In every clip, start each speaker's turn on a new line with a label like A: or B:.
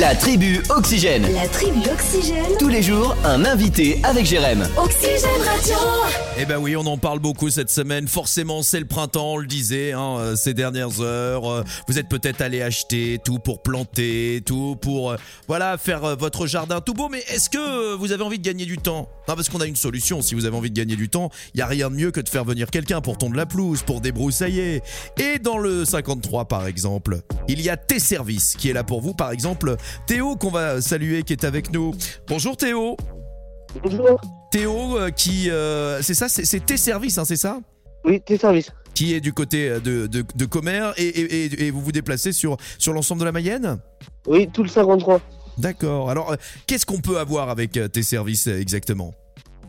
A: La tribu Oxygène.
B: La tribu Oxygène.
A: Tous les jours, un invité avec Jérém.
B: Oxygène Radio.
C: Eh ben oui, on en parle beaucoup cette semaine. Forcément, c'est le printemps, on le disait hein, euh, ces dernières heures. Euh, Vous êtes peut-être allé acheter tout pour planter, tout pour euh, voilà faire euh, votre jardin tout beau. Mais est-ce que euh, vous avez envie de gagner du temps Non, parce qu'on a une solution. Si vous avez envie de gagner du temps, il y a rien de mieux que de faire venir quelqu'un pour tondre la pelouse, pour débroussailler. Et dans le 53, par exemple, il y a Tes Services qui est là pour vous. Par exemple, Théo qu'on va saluer, qui est avec nous. Bonjour Théo.
D: Bonjour.
C: Théo euh, qui... euh, c'est ça, c'est- c'est Tes Services, hein, c'est ça
D: Oui, tes services.
C: qui est du côté euh, de, de, de Comer et, et- et- et vous vous déplacez sur, sur l'ensemble de la Mayenne
D: Oui, tout le 53.
C: D'accord. Alors, euh, qu'est-ce qu'on peut avoir avec euh, tes services euh, exactement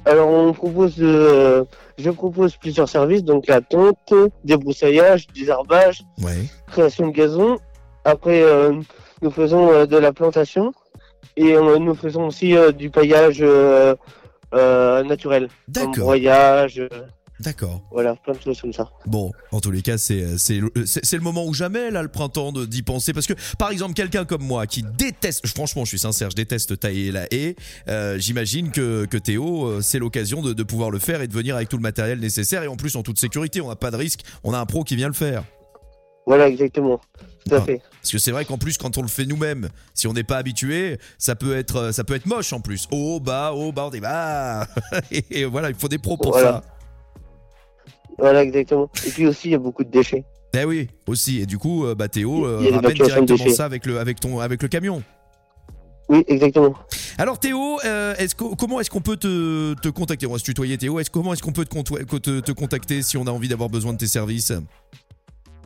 D: Alors, on propose, euh, je propose plusieurs services, donc la tonte, débroussaillage, désherbage,
C: Ouais.
D: création de gazon. Après, euh, nous faisons euh, de la plantation et euh, nous faisons aussi euh, du paillage euh, euh, naturel.
C: D'accord.
D: Broyage, euh,
C: D'accord.
D: voilà, plein de choses comme ça.
C: Bon, en tous les cas, c'est euh, c'est le- c'est- c'est le moment ou jamais, là, le printemps, de- d'y penser. Parce que, par exemple, quelqu'un comme moi qui déteste, franchement, je suis sincère, je déteste tailler la haie, euh, j'imagine que, que Théo, euh, c'est l'occasion de, de pouvoir le faire et de venir avec tout le matériel nécessaire. Et en plus, en toute sécurité, on n'a pas de risque, on a un pro qui vient le faire.
D: Voilà, exactement. Tout à
C: Ah.
D: fait.
C: Parce que c'est vrai qu'en plus, quand on le fait nous-mêmes, si on n'est pas habitué, ça peut être, euh, ça peut être moche en plus. Oh bah, oh bah, on est bah. Et voilà, il faut des pros pour
D: Voilà.
C: ça.
D: Voilà, exactement. Et puis aussi, il y a beaucoup de déchets.
C: Eh oui, aussi. Et du coup, euh, bah Théo euh,
D: Il y a des
C: ramène
D: évacuations de
C: directement
D: déchets.
C: ça avec le, avec ton, avec le camion.
D: Oui, exactement.
C: Alors Théo, euh, est-ce que, comment est-ce qu'on peut te, te contacter On va se tutoyer Théo. Est-ce comment est-ce qu'on peut te, conto- co- te- te contacter si on a envie d'avoir besoin de tes services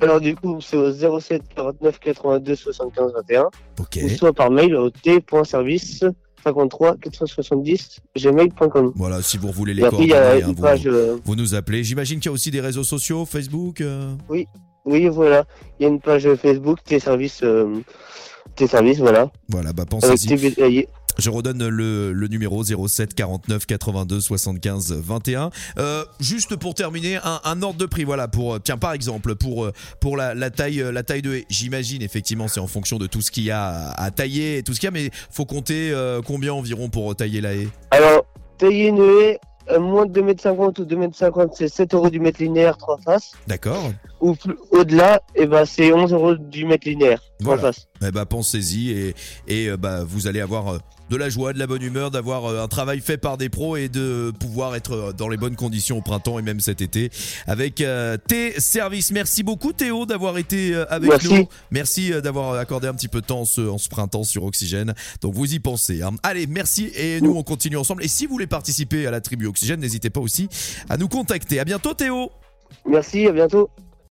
D: Alors, du coup, c'est au 07 49 82 75 21.
C: Ok.
D: ou soit par mail au t.service 53 470 gmail.com.
C: Voilà, si vous voulez les
D: Et après, il y a
C: coordonnées, hein,
D: une
C: vous,
D: page. euh,
C: vous nous appelez. J'imagine qu'il y a aussi des réseaux sociaux, Facebook. euh,
D: oui, voilà. Il y a une page Facebook t-service. services voilà.
C: Voilà, bah
D: Avec euh,
C: pensez-y.
D: tes détaillés.
C: Je redonne le, le numéro 07 49 82 75 21. Euh, juste pour terminer, un, un ordre de prix. Voilà, pour euh, tiens par exemple pour euh, pour la, la taille euh, la taille de haie. J'imagine effectivement c'est en fonction de tout ce qu'il y a à, à tailler et tout ce qu'il y a, mais faut compter euh, combien environ pour euh, tailler la haie.
D: Alors, tailler une haie, euh, moins de 2m50 ou 2m50, c'est 7 euros du mètre linéaire, 3 faces.
C: D'accord.
D: Ou plus- au-delà, et ben, c'est 11 euros du mètre linéaire, 3
C: Voilà.
D: faces.
C: Eh ben pensez-y et et euh, bah vous allez avoir euh, de la joie, de la bonne humeur, d'avoir euh, un travail fait par des pros et de pouvoir être euh, dans les bonnes conditions au printemps et même cet été avec euh, tes services. Merci beaucoup Théo d'avoir été euh, avec
D: Merci.
C: nous. Merci euh, d'avoir accordé un petit peu de temps en ce, en ce printemps sur Oxygène. Donc vous y pensez. hein. Allez, merci et nous on continue ensemble. Et si vous voulez participer à la tribu Oxygène, n'hésitez pas aussi à nous contacter. À bientôt Théo.
D: Merci, à bientôt.